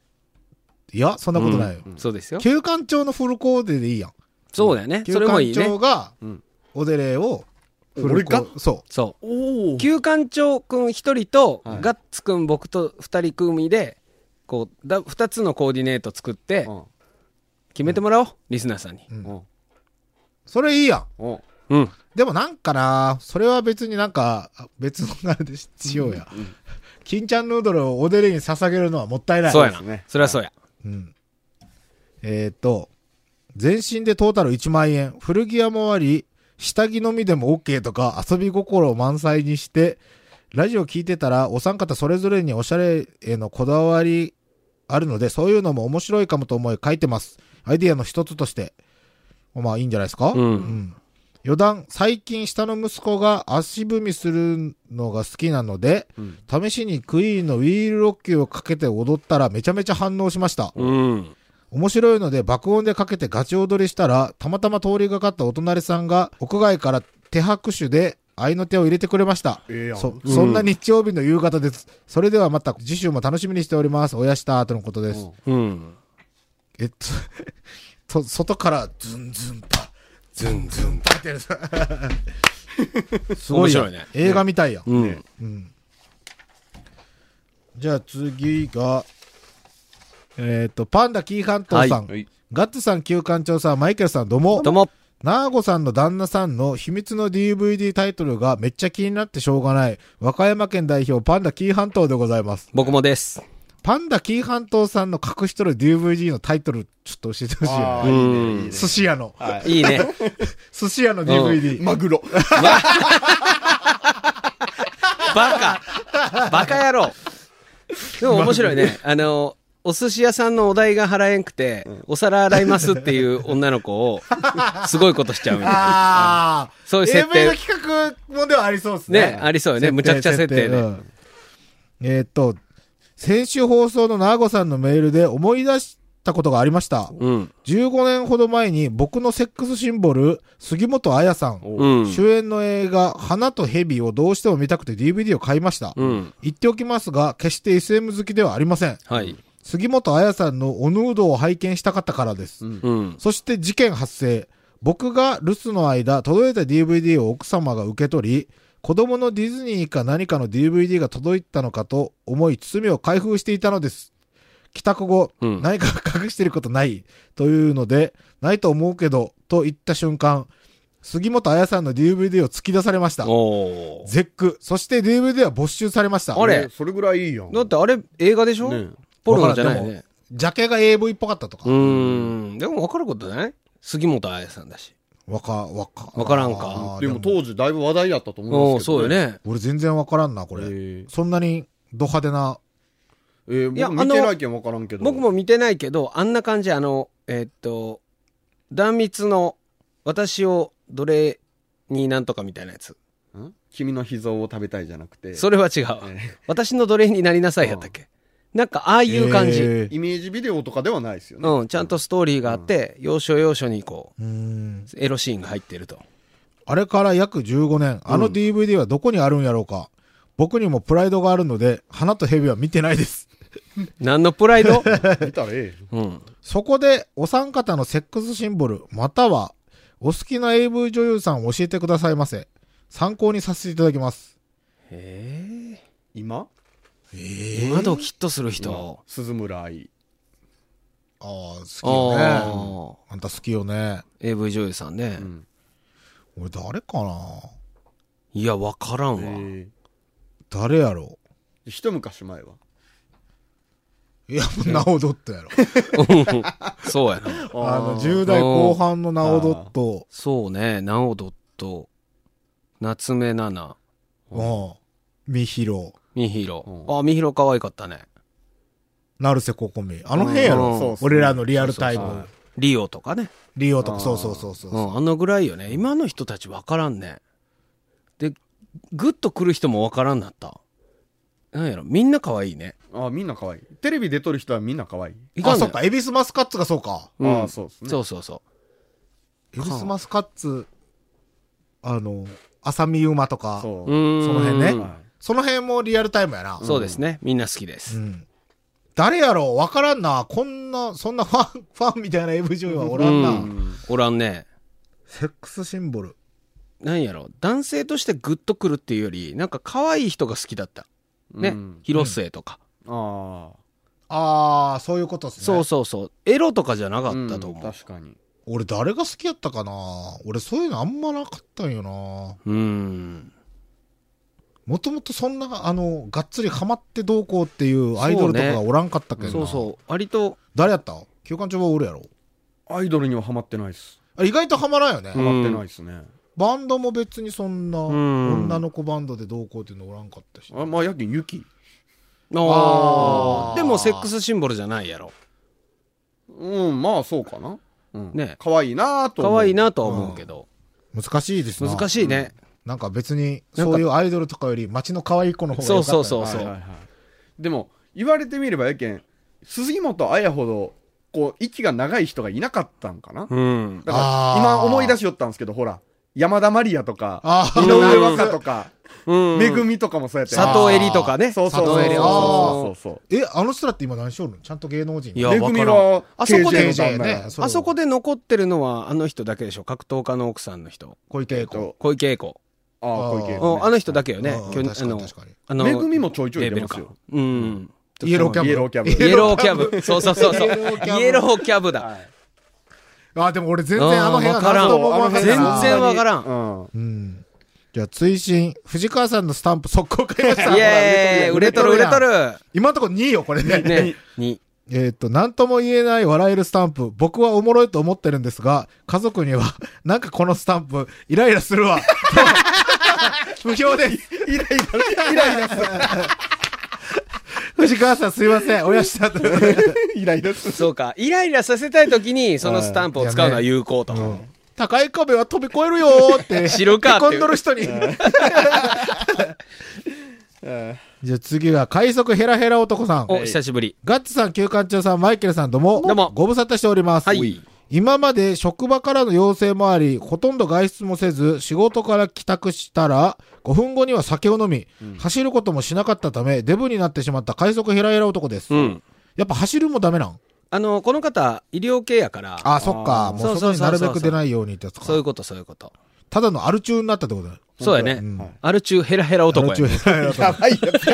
Speaker 2: いや、そんなことないよ。
Speaker 3: そうですよ。
Speaker 2: 旧館長のフルコーデでいいやん。
Speaker 3: そうだよね。
Speaker 2: 旧
Speaker 3: それもい
Speaker 2: 館
Speaker 3: いね
Speaker 2: 長。が
Speaker 4: うん、
Speaker 2: おでれを、フ
Speaker 4: 俺
Speaker 2: ルコ
Speaker 4: が
Speaker 2: ーデ。そ
Speaker 3: そう。
Speaker 4: おー
Speaker 3: 旧館長くん一人と、
Speaker 4: はい
Speaker 3: ガッツくん僕と二人組で、こう、だ二つのコーディネート作って
Speaker 4: う、ん
Speaker 3: 決めてもらおう、リスナーさんに。
Speaker 4: うん
Speaker 2: う。それいいやん。
Speaker 4: うん
Speaker 3: うん。
Speaker 2: でもなんかな、それは別になんか、別のあれでししようや。金ちゃんヌードルをおでれに捧げるのはもったいない。
Speaker 3: そうやな。
Speaker 4: そ
Speaker 3: そう
Speaker 4: ですね
Speaker 3: れはそうや。
Speaker 2: うん。えっ、と、全身でトータル1万円、古着屋もあり、下着のみでも OK とか遊び心を満載にして、ラジオ聞いてたらお三方それぞれにおしゃれへのこだわりあるので、そういうのも面白いかもと思い書いてます。アイディアの一つとして。まあいいんじゃないですか
Speaker 3: うん
Speaker 2: 余談、最近下の息子が足踏みするのが好きなので、
Speaker 4: うん
Speaker 2: 試しにクイーンのウィールロッキーをかけて踊ったらめちゃめちゃ反応しました。
Speaker 3: うん。
Speaker 2: 面白いので爆音でかけてガチ踊りしたら、たまたま通りがかったお隣さんが屋外から手拍手で愛の手を入れてくれました。
Speaker 4: ええやん
Speaker 2: そ、そんな日曜日の夕方です。それではまた次週も楽しみにしております。おやしたーとのことです。
Speaker 4: うん
Speaker 3: うん。
Speaker 2: えっと、と、 外からズンズンパ、ズンズンパってやる。 すごいやん
Speaker 3: 面白いね
Speaker 2: 映画みたいやん。
Speaker 3: うん。
Speaker 2: じゃあ次が、えっ、と、パンダキーハントーさん、
Speaker 4: はいはい
Speaker 2: ガッツさん、旧館長さん、マイケルさん、どうも。
Speaker 3: どうも。
Speaker 2: ナーゴさんの旦那さんの秘密の DVD タイトルがめっちゃ気になってしょうがない、和歌山県代表パンダキーハントーでございます。
Speaker 3: 僕もです。
Speaker 2: パンダキーハントーさんの隠しとる DVD のタイトル、ちょっと教えてほしいよ
Speaker 4: あ
Speaker 2: ね。
Speaker 4: ーい
Speaker 3: うん
Speaker 4: いねいいね
Speaker 2: 寿司屋の、
Speaker 4: はい
Speaker 3: いいね。
Speaker 2: 寿司屋の DVD。
Speaker 4: マグロ。
Speaker 3: バカ。バカ野郎。でも面白いね。あの、お寿司屋さんのお代が払えんくて、お皿洗いますっていう女の子を、すごいことしちゃうみたいな。
Speaker 2: ああ、
Speaker 3: そういう設定
Speaker 2: AV の企画もではありそうですね。
Speaker 3: ね、ありそうよね。むちゃくちゃ設定
Speaker 2: う
Speaker 3: で。
Speaker 2: んえーっと、先週放送のナーゴさんのメールで思い出しったことがありました。
Speaker 3: うん。
Speaker 2: 15年ほど前に僕のセックスシンボル、杉本彩さん、
Speaker 3: うん。
Speaker 2: 主演の映画、花と蛇をどうしても見たくて DVD を買いました。
Speaker 3: うん。
Speaker 2: 言っておきますが、決して SM 好きではありません。
Speaker 3: はい。
Speaker 2: 杉本彩さんのおヌードを拝見したかったからです。
Speaker 3: うん。
Speaker 2: そして事件発生。僕が留守の間、届いた DVD を奥様が受け取り、子供のディズニーか何かの DVD が届いたのかと思い、包みを開封していたのです。帰宅後、
Speaker 3: うん
Speaker 2: 何か隠してることないというので、ないと思うけど、と言った瞬間、杉本彩さんの DVD を突き出されました。
Speaker 3: おー
Speaker 2: 絶句。そして DVD は没収されました。
Speaker 3: あれ
Speaker 4: それぐらいいいやん。
Speaker 3: だってあれ映画でしょ
Speaker 4: ね
Speaker 3: ポルノじゃないよ
Speaker 2: わから
Speaker 3: ね。
Speaker 2: ジャケが AV っぽかったと
Speaker 3: う
Speaker 2: か。
Speaker 3: ーん。でも分かることない杉本彩さんだし。
Speaker 2: わか、わか。
Speaker 3: わからんか
Speaker 2: あー
Speaker 4: で
Speaker 2: で
Speaker 4: も
Speaker 2: も、
Speaker 4: 当時だいぶ話題やったと思
Speaker 3: お
Speaker 4: うん
Speaker 3: お
Speaker 4: で
Speaker 3: ー
Speaker 4: すけど、
Speaker 3: そうよ。ね。
Speaker 2: 俺全然わからんな、こ
Speaker 4: え
Speaker 2: れ。
Speaker 4: ー
Speaker 2: そんなにド派手な、
Speaker 4: えー、
Speaker 3: いや
Speaker 4: 僕見てないけん分からんけど。
Speaker 3: 僕も見てないけど、あんな感じ、あの、えーっと、断密の私を奴隷になんとかみたいなやつ。
Speaker 4: ん君の膝を食べたいじゃなくて、
Speaker 3: それは違うわ。私の奴隷になりなさいやったっけ。なんかああいう感じ。
Speaker 2: えー
Speaker 4: イメージビデオとかではないですよね。
Speaker 3: うん、ちゃんとストーリーがあって、要所要所にこう、
Speaker 2: うーん
Speaker 3: エロシーンが入ってると。
Speaker 2: あれから約15年、あの DVD はどこにあるんやろうか。僕にもプライドがあるので、花と蛇は見てないです。
Speaker 3: 何のプライ ド
Speaker 4: 見たらええ
Speaker 3: う
Speaker 4: よ
Speaker 3: ん。
Speaker 2: そこで、お三方のセックスシンボル、または、お好きな AV 女優さんを教えてくださいませ。参考にさせていただきます。
Speaker 3: え
Speaker 4: 今
Speaker 3: えー。窓をきっとする人。
Speaker 4: 鈴村愛。
Speaker 2: ああ、好きよね。
Speaker 3: ああ。
Speaker 2: あんた好きよね。
Speaker 3: AV 女優さんね
Speaker 4: う。ん。
Speaker 2: 俺誰かない
Speaker 3: や、わから
Speaker 4: え
Speaker 3: んわ。
Speaker 4: ー
Speaker 2: 誰やろ
Speaker 4: 一昔前は。
Speaker 2: ういや、もうナオドット やろ。
Speaker 3: そう やな。
Speaker 2: あの、10代後半のナオドット。
Speaker 3: そうね。なおどっと、夏目奈々、
Speaker 2: うん。みひろ。
Speaker 3: みひろ。
Speaker 4: うん
Speaker 3: あ、みひろ可愛かったね。
Speaker 2: 成瀬ここみ。あの辺や
Speaker 3: うん
Speaker 2: ろ。
Speaker 4: そうっすね
Speaker 2: 俺らのリアルタイ
Speaker 4: そうそう
Speaker 2: ム。
Speaker 3: リオとかね。
Speaker 2: リオとか、
Speaker 4: あー
Speaker 2: そうそうそうそうう。
Speaker 3: ん、あのぐらいよね。今の人たちわからんね。で、グッと来る人もわからんなった。なんやろ、みんな可愛いね。
Speaker 4: ああ、みんな可愛い。テレビ出とる人はみんな可愛い。
Speaker 3: いか
Speaker 2: あ、
Speaker 3: んね
Speaker 2: そっか、エビスマスカッツがそうか。
Speaker 3: うん
Speaker 4: ああ、そうですね。
Speaker 3: そうそうそ。
Speaker 2: エビスマスカッツ、あの、浅見馬とか、
Speaker 4: そう
Speaker 3: うーん。
Speaker 2: その辺ね
Speaker 4: は
Speaker 2: その辺もリアルタイムやな。
Speaker 3: そうですね。みんな好きで
Speaker 2: う
Speaker 3: す。
Speaker 2: ん。誰やろうわからんな。こんな、そんなファン、 ファンみたいな AV 女優はおらん
Speaker 3: う
Speaker 4: い
Speaker 2: な。
Speaker 4: ん
Speaker 3: おらんね。
Speaker 2: セックスシンボル。
Speaker 3: なんやろ、男性としてグッと来るっていうより、なんか可愛い人が好きだった。ね。
Speaker 4: うん
Speaker 3: 広末とか。
Speaker 4: ああ。
Speaker 2: あー、そういうことっすね。
Speaker 3: そうそうそう。エロとかじゃなかったと
Speaker 4: ん
Speaker 3: 思
Speaker 4: 確かに。
Speaker 2: 俺誰が好きやったかな俺そういうのあんまなかったんよな。
Speaker 3: う。うん。
Speaker 2: もともとそんな、あの、がっつりハマってどうこうっていうアイドルとかがおらんかったけどな
Speaker 3: そうそう。割と、
Speaker 2: 誰やった休館長はおるやろ
Speaker 4: アイドルにはハマってないです。
Speaker 2: あ意外とハマらんよね、
Speaker 4: ハマってないですね。
Speaker 2: バンドも別にそんな、
Speaker 3: ん
Speaker 2: 女の子バンドでどうこうっていうのおらんかったし。
Speaker 4: あまあ、やけん、ユキ。
Speaker 2: あー
Speaker 3: あーでもセックスシンボルじゃないやろ。
Speaker 4: うん、まあ、そうかな。うん。
Speaker 3: ね
Speaker 4: 可愛いなぁと思う。
Speaker 3: 可愛いなとは思うけど。
Speaker 2: 難しいですな
Speaker 3: 難しいね。
Speaker 2: なんか別に、そういうアイドルとかより街の可愛い子の方が良かった
Speaker 3: そうそうそう
Speaker 4: はいはいはいでも言われてみればやけん杉本彩ほどこう息が長い人がいなかったんかな、
Speaker 3: うん。
Speaker 4: だか
Speaker 2: あー
Speaker 4: ら今思い出しよったんですけどほら山田まりやとか
Speaker 2: あ
Speaker 4: 井
Speaker 2: ー
Speaker 4: 上和香とか、
Speaker 3: うん
Speaker 4: めぐみとかもそうやって
Speaker 3: 佐藤襟とかね。
Speaker 4: そうそうそう
Speaker 2: 佐
Speaker 4: そう
Speaker 2: 藤恵里
Speaker 4: そうそう
Speaker 2: え、あの人だって今何しよるのちゃんと芸能人
Speaker 3: いや
Speaker 4: めぐみは
Speaker 3: あそこで
Speaker 4: KJ の旦那や
Speaker 2: KJ ねそう
Speaker 3: あそこで残ってるのはあの人だけでしょ。格闘家の奥さんの人。
Speaker 2: 小池栄子。
Speaker 4: と
Speaker 3: 小池栄子。
Speaker 4: ああ小池栄
Speaker 2: あ
Speaker 4: 子
Speaker 3: うんあの人だけよ
Speaker 2: う
Speaker 3: ね
Speaker 2: ん。
Speaker 3: きょ
Speaker 2: 確か
Speaker 3: あ
Speaker 2: に
Speaker 3: の
Speaker 2: 確かに。
Speaker 3: あ
Speaker 4: めぐみ
Speaker 3: の、
Speaker 4: もちょいちょい
Speaker 3: レ
Speaker 4: 出
Speaker 3: ベ
Speaker 4: ま
Speaker 3: ル
Speaker 4: す
Speaker 3: か
Speaker 4: よ。
Speaker 3: うん。
Speaker 2: イエローキャブ。
Speaker 4: イエローキャブ
Speaker 3: イエローキャブ。そうそうそう。そう
Speaker 2: イエローキャブ
Speaker 3: イエローキャブだ。
Speaker 4: はい
Speaker 2: あー、でも俺全然あの辺は
Speaker 3: あー
Speaker 2: 何とも思
Speaker 4: あ
Speaker 2: わ
Speaker 4: の
Speaker 2: なかっ
Speaker 4: 辺
Speaker 2: た
Speaker 3: 全
Speaker 2: な
Speaker 3: 然わからん
Speaker 4: う
Speaker 2: うん。じゃあ、追伸藤川さんのスタンプ速攻買いました。
Speaker 3: イエーイ売れとる売れとる
Speaker 2: 今のところ2位よ、これね。
Speaker 3: ね。に。
Speaker 2: えーっと、なんとも言えない笑えるスタンプ。僕はおもろいと思ってるんですが、家族には、 なんかこのスタンプ、イライラするわ。 と無評です。
Speaker 4: イライラ、イライラす
Speaker 2: 藤川さんすいません。おやしだった。
Speaker 4: る。イライラする。
Speaker 3: そうか。イライラさせたいときに、そのスタンプを使うのは有効と。
Speaker 2: 高い壁は飛び越えるよーって。
Speaker 3: 知るかって
Speaker 2: へこんどる人に。
Speaker 4: うん
Speaker 2: じゃあ次が、快速ヘラヘラ男さん。
Speaker 3: お、久しぶり。
Speaker 2: ガッツさん、休館長さん、マイケルさん、どうも。
Speaker 3: どうも
Speaker 2: ご無沙汰しております。
Speaker 3: はい。
Speaker 2: 今まで職場からの要請もあり、ほとんど外出もせず、仕事から帰宅したら、5分後には酒を飲み、走ることもしなかったため、デブになってしまった快速ヘラヘラ男です。
Speaker 3: うん。
Speaker 2: やっぱ走るもダメなん
Speaker 3: あの、この方、医療系やから、
Speaker 2: あそっか。も
Speaker 3: そうう
Speaker 2: そこに
Speaker 3: そう
Speaker 2: な
Speaker 3: そ
Speaker 2: る
Speaker 3: うそう
Speaker 2: べく出ないようにってやつ
Speaker 3: そういう
Speaker 2: か。
Speaker 3: こと、そういうこと。
Speaker 2: ただのアル中になったってことだよ。
Speaker 3: そうやね。
Speaker 4: 本当やはい
Speaker 3: アル中ヘラヘラ男
Speaker 2: アル中
Speaker 3: や。
Speaker 2: ヘラヘラ
Speaker 4: や
Speaker 2: 男。
Speaker 4: ばいやつ。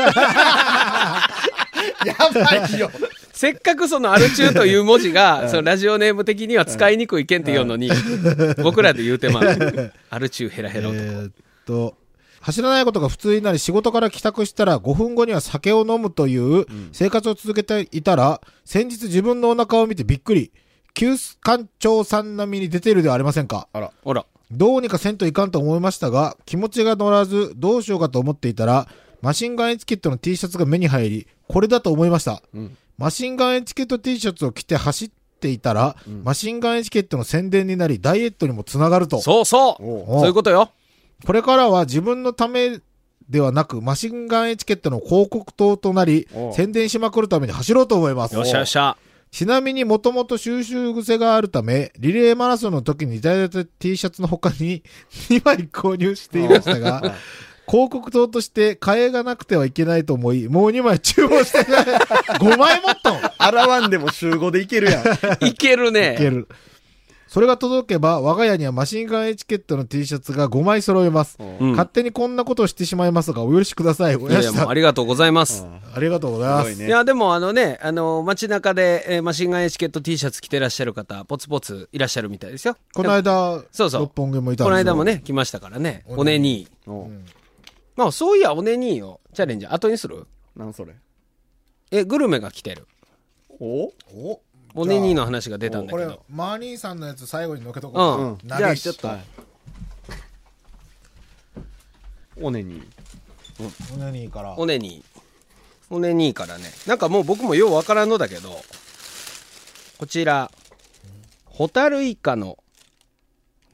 Speaker 4: やばいよ。
Speaker 3: せっかくそのアル中という文字が、そのラジオネーム的には使いにくいけんっていうのに、 僕らで言うてまう。アル中ヘラヘラ
Speaker 2: え
Speaker 3: 男。
Speaker 2: ーっと、走らないことが普通になり仕事から帰宅したら5分後には酒を飲むという生活を続けていたら、先日自分のお腹を見てびっくり。急館長さん並みに出ているではありませんか。
Speaker 4: あら。
Speaker 3: ほら。
Speaker 2: どうにかせんといかんと思いましたが、気持ちが乗らずどうしようかと思っていたら、マシンガンエチケットの T シャツが目に入り、これだと思いました。
Speaker 4: うん
Speaker 2: マシンガンエチケット T シャツを着て走っていたら、
Speaker 4: ん
Speaker 2: マシンガンエチケットの宣伝になり、ダイエットにもつながると。
Speaker 3: そうそう
Speaker 4: おう
Speaker 2: お
Speaker 3: そういうことよ。
Speaker 2: これからは自分のためではなく、マシンガンエチケットの広告塔となり
Speaker 4: お、う
Speaker 2: 宣伝しまくるために走ろうと思います。
Speaker 3: よっしゃよっしゃ。
Speaker 2: ちなみにもともと収集癖があるため、リレーマラソンの時にいただいた T シャツの他に 2枚購入していましたが、 広告塔として替えがなくてはいけないと思い、もう2枚注文してない。5枚 持ったの
Speaker 4: 洗わんでも週5でいけるやん。
Speaker 3: いけるね。
Speaker 2: いける。それが届けば、我が家にはマシンガンエチケットの T シャツが5枚揃えます。
Speaker 3: うん
Speaker 2: 勝手にこんなことをしてしまいますが、お許しください。お
Speaker 3: いや
Speaker 2: や
Speaker 3: い
Speaker 2: し
Speaker 3: や
Speaker 2: さ
Speaker 3: も
Speaker 2: ん
Speaker 3: うありがとうございます。
Speaker 2: ありがとうございます。
Speaker 4: すごいね
Speaker 3: いや、でもあのね、あの、街中で、えーマシンガンエチケット T シャツ着てらっしゃる方、ポツポツいらっしゃるみたいですよ。
Speaker 2: この間、
Speaker 3: そうそう
Speaker 2: 六本木もいたん
Speaker 3: この
Speaker 2: ですよ
Speaker 3: 間も。ね、来ましたからね。
Speaker 2: お
Speaker 3: お
Speaker 2: ね
Speaker 3: ね
Speaker 2: に
Speaker 3: に
Speaker 4: おう
Speaker 3: まあ、そういや、おねにをチャレンジ後にする
Speaker 4: なんそれ。
Speaker 3: え、グルメが来てる。
Speaker 4: お
Speaker 2: お
Speaker 3: おねにの話が出たんだ
Speaker 2: こ
Speaker 3: け
Speaker 2: れ
Speaker 3: ど。、
Speaker 2: マーニーさんのやつ最後にのけとこ
Speaker 3: う
Speaker 2: う。
Speaker 3: ん。
Speaker 4: うん
Speaker 3: じ
Speaker 2: 長い
Speaker 3: ゃあ、
Speaker 2: し
Speaker 3: ちょっと。
Speaker 4: はいおねに。
Speaker 2: おねにから。
Speaker 3: おねにおねにからねなんかもう僕もようわからんのだけどこちらホタルイカの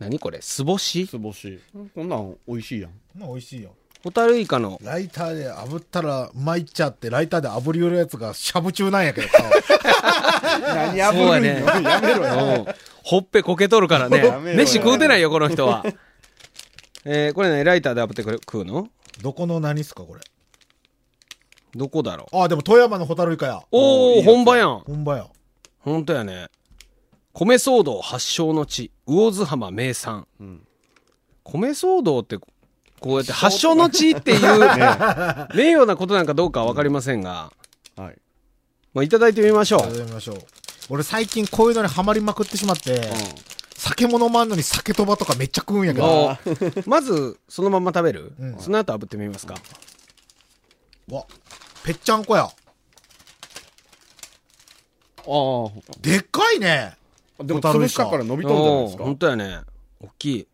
Speaker 3: 何これ酢干し
Speaker 4: つぼし。こんなん美味しいやん。
Speaker 2: まあ美味しいよ。
Speaker 3: ホタルイカの
Speaker 2: ライターで炙ったら参っちゃって、ライターで炙り寄るやつがしゃぶ中なんやけど
Speaker 4: 何
Speaker 3: そうやね
Speaker 4: やめろよ。
Speaker 3: うんほっぺこけとるからね
Speaker 4: やめろよ
Speaker 3: 飯食うてないよこの人は えーこれねライターで炙ってくれ食うの
Speaker 2: どこの何っすか、これ。
Speaker 3: どこだろう
Speaker 2: あ、でも富山のホタルイカや。
Speaker 3: おお本場やん
Speaker 2: 本場や。
Speaker 3: ほんとやね米騒動発祥の地魚津浜名産、
Speaker 4: ん
Speaker 3: 米騒動ってこうやって発祥の地ってい う名誉なことなんかどうかは分かりませんが、
Speaker 4: はい。
Speaker 3: まあ、いただいてみましょ
Speaker 2: いた
Speaker 3: う
Speaker 2: だきましょう。俺最近こういうのにハマりまくってしまって、酒物もあんのに酒とばとかめっちゃ食うんやけど。
Speaker 3: あーまずそのまま食べる、
Speaker 2: うん
Speaker 3: その後炙ってみますか、
Speaker 2: うわ、ぺっちゃんこや。
Speaker 4: あ
Speaker 2: でっかいね。
Speaker 4: あ。でも
Speaker 2: 小樽
Speaker 4: 潰
Speaker 2: で
Speaker 4: し
Speaker 2: した
Speaker 4: たから伸びとんじゃないです
Speaker 3: お
Speaker 4: か。
Speaker 3: 本当やね大きい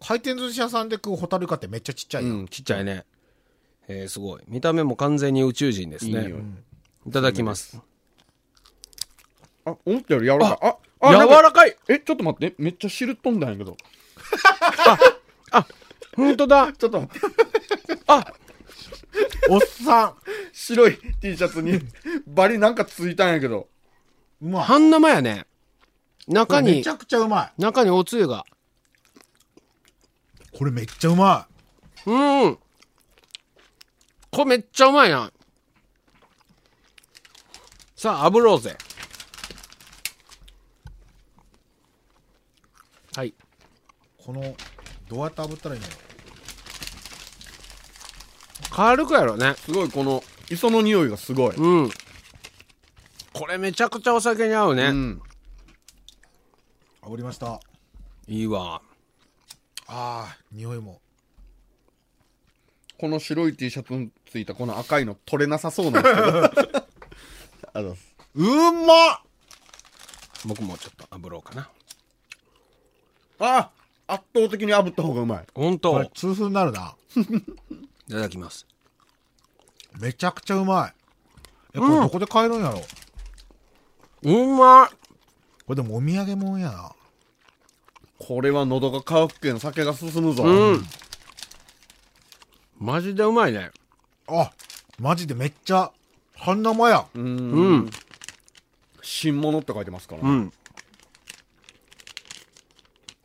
Speaker 2: 回転寿司屋さんで食うホタルイカってめっちゃちっちゃいよ。
Speaker 3: ちっちゃいねえーすごい見た目も完全に宇宙人です
Speaker 4: いい
Speaker 3: ね
Speaker 4: 匂い。
Speaker 3: いただきます
Speaker 4: あ、思ったより柔らかい。あ、あ
Speaker 3: 柔
Speaker 4: なんから
Speaker 3: かい
Speaker 4: え、ちょっと待って。めっちゃ汁っ飛んだんやけど。
Speaker 3: ほんとだ
Speaker 4: ちょっと待って。
Speaker 2: おっさ
Speaker 4: 白い T シャツにバリなんかついたんやけど。
Speaker 2: ん。うまい。
Speaker 3: 半生やね中
Speaker 2: め
Speaker 3: に
Speaker 2: ちゃくちゃうま
Speaker 3: 中におつゆが
Speaker 2: い。これめっちゃうま
Speaker 3: うんこれめっちゃうまいなさあ炙ろうぜはい
Speaker 2: い。この、どうやって炙ったらいいの
Speaker 3: 軽くやろね
Speaker 4: すごいこの磯の匂いがすごい。
Speaker 3: うんこれめちゃくちゃお酒に合うね、
Speaker 4: うん。
Speaker 2: 炙りました。あ
Speaker 3: いいわ
Speaker 2: あー、匂いも。
Speaker 4: この白い T シャツについたこの赤いの取れなさそうなんですけど。ありがと うございます。
Speaker 2: うんまっ
Speaker 3: 僕もちょっと炙ろうかな
Speaker 4: あ圧倒的に炙った方がうまい。
Speaker 3: 本
Speaker 2: こ
Speaker 3: 当
Speaker 2: れ、痛風になるな。
Speaker 3: いただきます
Speaker 2: めちゃくちゃうまい。え、これどこで買えるんやろ、こ
Speaker 3: うまい
Speaker 2: れでもお土産もんやな。
Speaker 4: これは喉が渇くけん酒が進むぞ。
Speaker 3: うんマジでうまいね
Speaker 2: あ、マジでめっちゃ、半生や。
Speaker 4: うーん
Speaker 3: うん
Speaker 4: 新物って書いてますから
Speaker 3: う
Speaker 4: ね、
Speaker 3: ん。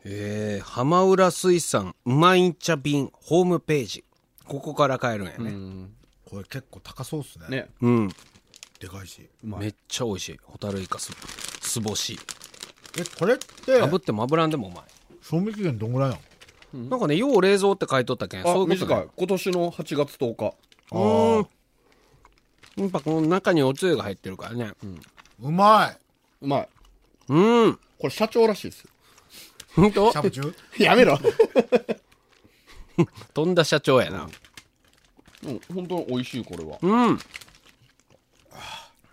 Speaker 3: えー、浜浦水産うまいんちゃ便ホームページ。ここから買えるんやね。
Speaker 2: これ結構高そうっすね。
Speaker 4: ね
Speaker 3: うん。
Speaker 2: でかいし。
Speaker 4: うま
Speaker 3: め
Speaker 4: い
Speaker 3: っちゃ美味しい。ホタルイカす、すぼし。
Speaker 2: え、これって、
Speaker 3: 炙っても油んでもうまい。
Speaker 2: 賞味期限どんぐらいなの
Speaker 3: なんかね、よう冷蔵って書いとったけん。
Speaker 4: あ
Speaker 3: そういうこと
Speaker 4: 短
Speaker 3: ね
Speaker 4: い今年の8月10日
Speaker 3: うん。やっぱこの中におつゆが入ってるからね。
Speaker 2: うま
Speaker 4: うまい
Speaker 3: うん。
Speaker 4: これ社長らしいですよ
Speaker 3: ほんと
Speaker 2: い。シャブチュー
Speaker 4: やめろ
Speaker 3: とんだ社長やな。
Speaker 4: うん本当に美味しいこれは
Speaker 3: うん。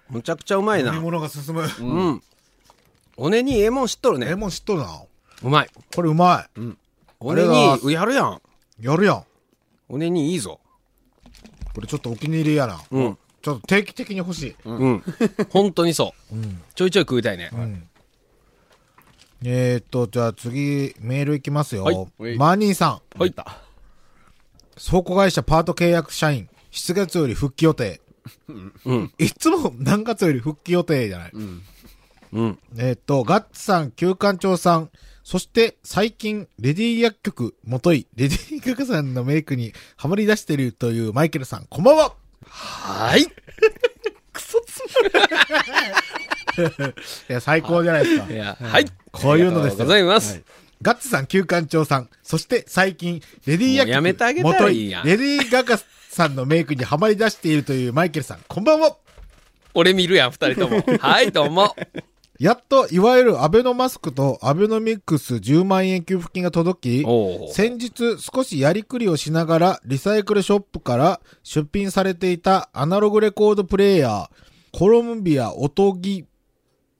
Speaker 3: むちゃくちゃうまい
Speaker 2: 飲み
Speaker 3: な。
Speaker 2: 物が進む。
Speaker 3: うん。おねにええもん知っとる
Speaker 2: レ
Speaker 3: ね。
Speaker 2: モン知っとるな。
Speaker 3: うまい。
Speaker 2: これうまい。
Speaker 3: おね
Speaker 2: ありがとう
Speaker 3: に、やるやん。
Speaker 2: やるやん。
Speaker 3: おねにいいぞ。
Speaker 2: これちょっとお気に入りやな。
Speaker 3: うん。
Speaker 2: ちょっと定期的に欲しい。
Speaker 3: うん。 本当にそう。ちょいちょい食いたいね。
Speaker 2: えーっと、じゃあ次、メールいきますよ。
Speaker 3: はい
Speaker 4: はい
Speaker 2: マーニーさん。
Speaker 3: はい。
Speaker 2: 倉庫会社パート契約社員。7月より復帰予定。
Speaker 3: うん。
Speaker 2: いつも何月より復帰予定じゃない。
Speaker 3: うん。
Speaker 2: えーっと、ガッツさん、旧館長さん、そして最近、レディー薬局、もとい、レディーガガさんのメイクにハマり出してるというマイケルさん、こんばんは
Speaker 3: はい。
Speaker 2: いや、最高じゃないですか
Speaker 3: い。や、はい。
Speaker 2: こういうのです
Speaker 3: ご
Speaker 2: よ
Speaker 3: ざいます。
Speaker 2: ガッツさん、旧館長さん、そして最近、レディー薬
Speaker 3: もうやめてあ
Speaker 2: 局、
Speaker 3: げ
Speaker 2: も
Speaker 3: たら
Speaker 2: と
Speaker 3: いい
Speaker 2: い、
Speaker 3: やん
Speaker 2: レディーガガさんのメイクにハマり出しているというマイケルさん、こんばんは
Speaker 3: 俺見るやん、二人とも。 はい、どうも。
Speaker 2: やっと、いわゆるアベノマスクとアベノミクス10万円給付金が届き、
Speaker 3: おう
Speaker 2: 先日少しやりくりをしながらリサイクルショップから出品されていたアナログレコードプレイヤーコロンビアおとぎ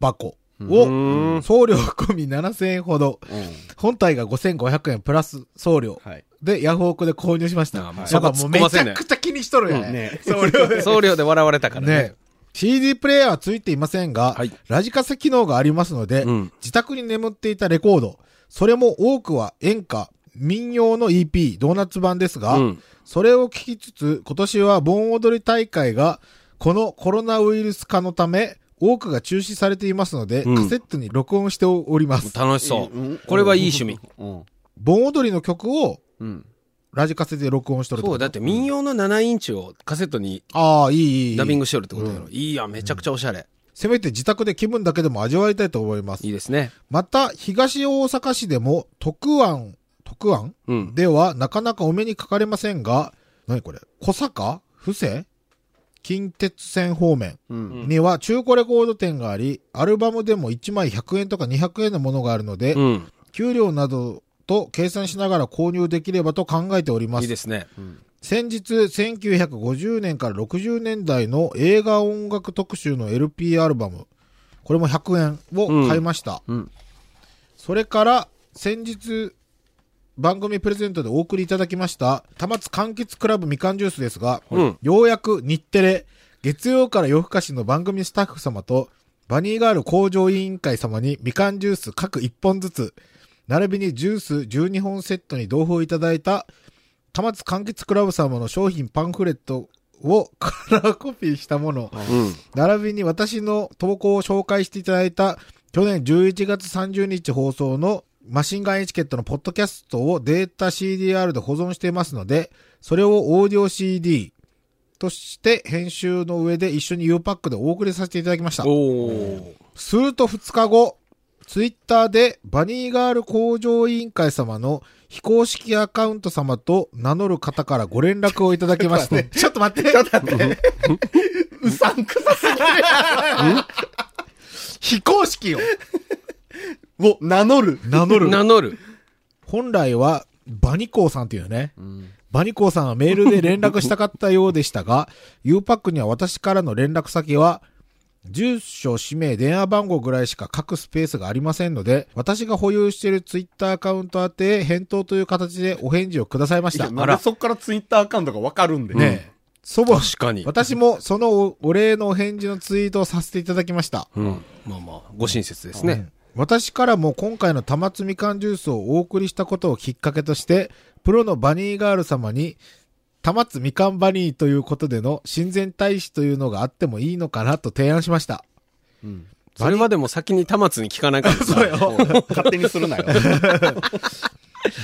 Speaker 2: 箱
Speaker 3: う
Speaker 2: を
Speaker 3: ん
Speaker 2: 送料込み7000円ほど、
Speaker 4: うん
Speaker 2: 本体が5500円プラス送料
Speaker 4: はい
Speaker 2: でヤフオクで購入しまし
Speaker 3: あ
Speaker 2: た。
Speaker 3: ーもう
Speaker 2: だ
Speaker 3: そ
Speaker 2: から
Speaker 3: こ突
Speaker 2: も
Speaker 3: っ
Speaker 2: う
Speaker 3: 込
Speaker 2: め
Speaker 3: ま
Speaker 2: ち
Speaker 3: せん
Speaker 2: ゃ
Speaker 3: ね
Speaker 2: くちゃ気にしとるよね。
Speaker 4: ね。
Speaker 2: 送料で。
Speaker 3: 送料で笑われたからね
Speaker 2: ね。CD プレイヤーはついていませんが、
Speaker 3: はい
Speaker 2: ラジカセ機能がありますので、
Speaker 3: うん
Speaker 2: 自宅に眠っていたレコード、それも多くは演歌、民謡の EP、ドーナツ版ですが、
Speaker 3: うん
Speaker 2: それを聞きつつ、今年は盆踊り大会が、このコロナウイルス化のため、多くが中止されていますので、
Speaker 3: うん
Speaker 2: カセットに録音しております。
Speaker 3: 楽しそううんこれはいい趣味。
Speaker 4: うん
Speaker 2: 盆踊りの曲を
Speaker 4: うん
Speaker 2: ラジカセで録音しとるって
Speaker 3: そ
Speaker 2: こ
Speaker 3: う、
Speaker 2: と
Speaker 3: だって民謡の7インチをカセットに
Speaker 2: ああ、いい、いい。
Speaker 3: ダビングしとるってことやろ。いいやん、めちゃくちゃおしゃれ。
Speaker 2: せめて自宅で気分だけでも味わいたいと思います
Speaker 3: いい。ですね。
Speaker 2: また、東大阪市でも、徳庵、徳庵
Speaker 3: うん。
Speaker 2: ではなかなかお目にかかれませんが、何これ小坂布施近鉄線方面
Speaker 4: うん
Speaker 2: には中古レコード店があり、アルバムでも1枚100円とか200円のものがあるので、
Speaker 3: うん。
Speaker 2: 給料などと計算しながら購入できればと考えておりま
Speaker 3: いい
Speaker 2: す
Speaker 3: で。すね。
Speaker 2: 先日、1950年から60年代の映画音楽特集の LP アルバム、これも100円を買いました。
Speaker 4: うんうん
Speaker 2: それから、先日、番組プレゼントでお送りいただきました、多摩津柑橘クラブみかんジュースですが、
Speaker 3: うん
Speaker 2: ようやく日テレ、月曜から夜更かしの番組スタッフ様と、バニーガール工場委員会様にみかんジュース各1本ずつ、並びにジュース12本セットに同封いただいた田松柑橘クラブ様の商品パンフレットをカラーコピーしたもの、
Speaker 3: うん。
Speaker 2: 並びに私の投稿を紹介していただいた去年11月30日放送のマシンガンエチケットのポッドキャストをデータ CDR で保存していますので、それをオーディオ CD として編集の上で一緒に U パックでお送りさせていただきました。
Speaker 3: おー。
Speaker 2: すると2日後、ツイッターでバニーガール工場委員会様の非公式アカウント様と名乗る方からご連絡をいただきまして、ちょっと 待って、ちょっと待って、
Speaker 4: うさんくさすぎ る
Speaker 2: 非公式を
Speaker 4: を名乗る
Speaker 2: 名乗る。
Speaker 3: 名乗る。
Speaker 2: 本来はバニコーさんっていうね、
Speaker 4: うん
Speaker 2: バニコーさんはメールで連絡したかったようでしたが、U パックには私からの連絡先は、住所、氏名、電話番号ぐらいしか書くスペースがありませんので、私が保有しているツイッターアカウント宛てへ返答という形でお返事をくださいまし
Speaker 4: い
Speaker 2: た。
Speaker 4: や
Speaker 2: ね
Speaker 4: なんでそっからツイッターアカウントがわかるんでね
Speaker 2: え、祖母、
Speaker 3: 確かに。
Speaker 2: 私もそのおお礼のお返事のツイートをさせていただきました。
Speaker 3: うん。まあまあ、ご親切です
Speaker 2: う
Speaker 3: ね
Speaker 2: ん。私からも今回の玉摘みかんジュースをお送りしたことをきっかけとして、プロのバニーガール様に、玉津みかんバニーということでの親善大使というのがあってもいいのかなと提案しました。
Speaker 4: うん
Speaker 3: それはでも先に田松に聞かないか らさ
Speaker 4: 勝手にするなよ。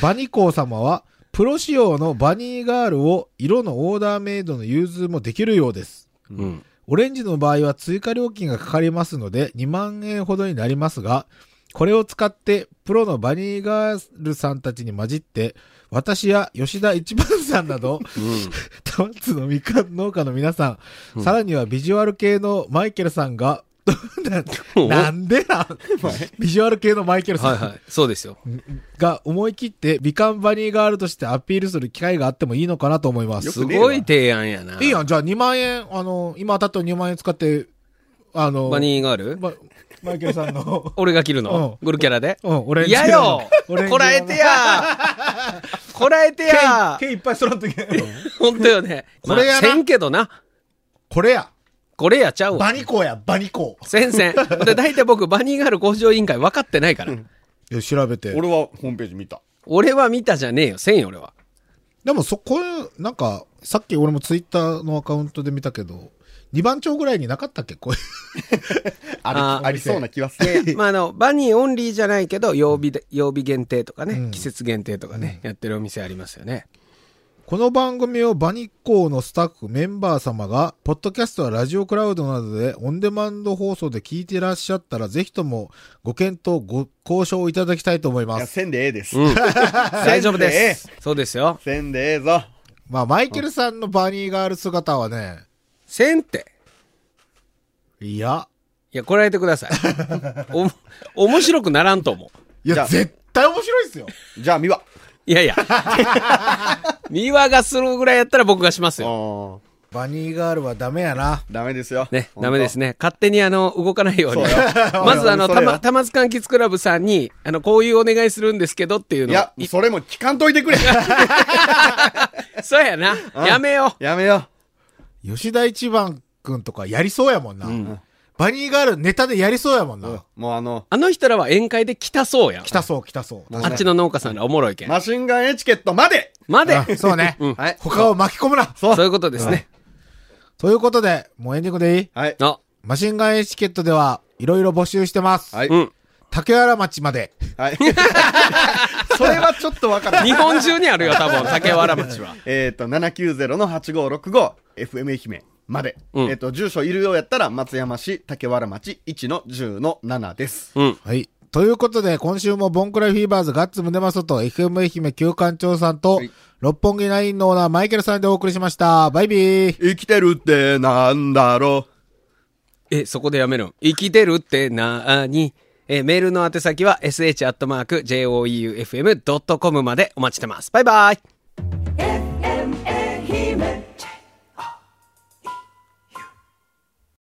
Speaker 2: バニコー様は、プロ仕様のバニーガールを色のオーダーメイドの融通もできるようです。
Speaker 3: うん。
Speaker 2: オレンジの場合は追加料金がかかりますので2万円ほどになりますが、これを使ってプロのバニーガールさんたちに混じって、私や吉田一番さんなど、 タマツのみかん農家の皆さん、さらにはビジュアル系のマイケルさんが、
Speaker 3: お
Speaker 2: ななんでなんビジュアル系のマイケルさん、
Speaker 3: はいはい。そうですよ。
Speaker 2: が思い切って美観バニーガールとしてアピールする機会があってもいいのかなと思います。
Speaker 4: よ
Speaker 3: す
Speaker 4: くねえわ
Speaker 3: ごい提案やな。
Speaker 2: いいやん、じゃあ2万円、あの、今当たった2万円使って、あの、
Speaker 3: バニーガール、
Speaker 2: ま、マイケルさんの
Speaker 3: 俺が着るの
Speaker 2: うん
Speaker 3: グルキャラで
Speaker 2: うん、オレンジ
Speaker 3: 嫌
Speaker 2: 色の
Speaker 3: よこらえてやこらえてや
Speaker 2: 毛いっぱい揃ってけ。
Speaker 3: 本当よね。
Speaker 2: これやな
Speaker 3: まあせんけどな。
Speaker 2: これや。
Speaker 3: これやちゃうわ。
Speaker 2: バニコーや、バニコ
Speaker 3: せんせん。で、大体僕、バニーガール工場委員会分かってないから。
Speaker 2: ー。いや、調べて。
Speaker 4: 俺はホームページ見た。
Speaker 3: 俺は見たじゃねえよ。せんよ、俺は。
Speaker 2: でもそこ、なんか、さっき俺もツイッターのアカウントで見たけど、2番町ぐらいになかったっけこういう。
Speaker 4: あ
Speaker 3: あ
Speaker 4: りありそうな気はする。
Speaker 3: まあ、あの、バニーオンリーじゃないけど、曜日で、曜日限定とかね、
Speaker 2: うん
Speaker 3: 季節限定とかね、やってるお店ありますよね。
Speaker 2: この番組をバニッコーのスタッフメンバー様が、ポッドキャストやラジオクラウドなどでオンデマンド放送で聞いていらっしゃったら、ぜひともご検討、ご交渉いただきたいと思い
Speaker 4: い
Speaker 2: ま
Speaker 4: や、
Speaker 2: す。
Speaker 4: せんでええです。
Speaker 3: 大丈夫です。そうですよ。
Speaker 4: せんでええぞ。
Speaker 2: まあ、マイケルさんのバニーガール姿はね、
Speaker 3: せんって。
Speaker 2: いや、
Speaker 3: いや、こらえてください。お、面白くならんと思う。
Speaker 2: い
Speaker 4: じゃ
Speaker 2: や、
Speaker 4: あ
Speaker 2: 絶対面白いっすよ。
Speaker 4: じゃあ、見は。
Speaker 3: いやいや。美和がするぐらいやったら僕がしますよ。
Speaker 4: あ
Speaker 2: バニーガールはダメやな。
Speaker 4: ダメですよ。
Speaker 3: ね、
Speaker 4: ほんと
Speaker 3: ダメです。ね。勝手にあの、動かないように。
Speaker 4: そうよ
Speaker 3: まずあの、
Speaker 4: そ
Speaker 3: た
Speaker 4: れよ
Speaker 3: ま、たまつかんきつクラブさんに、あの、こういうお願いするんですけどっていう
Speaker 4: い
Speaker 3: のを
Speaker 4: や、それも聞かんといてくれ。
Speaker 3: そうやな。やめよ
Speaker 4: やめよ
Speaker 2: 吉田一番くんとかやりそうやもんな。
Speaker 3: う。うん。
Speaker 2: バニーガールネタでやりそうやもんな。
Speaker 4: う。もうあの、
Speaker 3: あの人らは宴会で来たそうやん。
Speaker 2: 来たそう、来たそう。
Speaker 3: あっちの農家さんらおもろいけん。
Speaker 4: マシンガンエチケットまで
Speaker 3: まで
Speaker 2: あそうね。
Speaker 3: うん。
Speaker 4: はい。
Speaker 2: 他を巻き込むな。
Speaker 3: そういうことですね。
Speaker 2: ということで、もうエンディングでいい
Speaker 4: はい。
Speaker 3: あ、
Speaker 2: マシンガンエチケットでは、いろいろ募集してます。
Speaker 4: はい。
Speaker 3: うん。
Speaker 2: 竹原町まで。
Speaker 4: はい。それはちょっとわからない。
Speaker 3: 日本中にあるよ、多分、竹原町は。
Speaker 4: えっと、790-8565、FM 愛媛まで。
Speaker 3: うん
Speaker 4: えっと、住所いるようやったら、松山市竹原町1-10-7です。
Speaker 3: うん。
Speaker 2: はい。ということで、今週もボンクラフィーバーズガッツムネマソと FM 愛媛旧館長さんと、
Speaker 4: はい
Speaker 2: 六本木ナインのオーナーマイケルさんでお送りしました。バイビー。
Speaker 4: 生きてるってなんだろ
Speaker 3: え、そこでやめるん生きてるってなーにえ、メールの宛先は sh.joeufm.com までお待ちしてます。バイバイ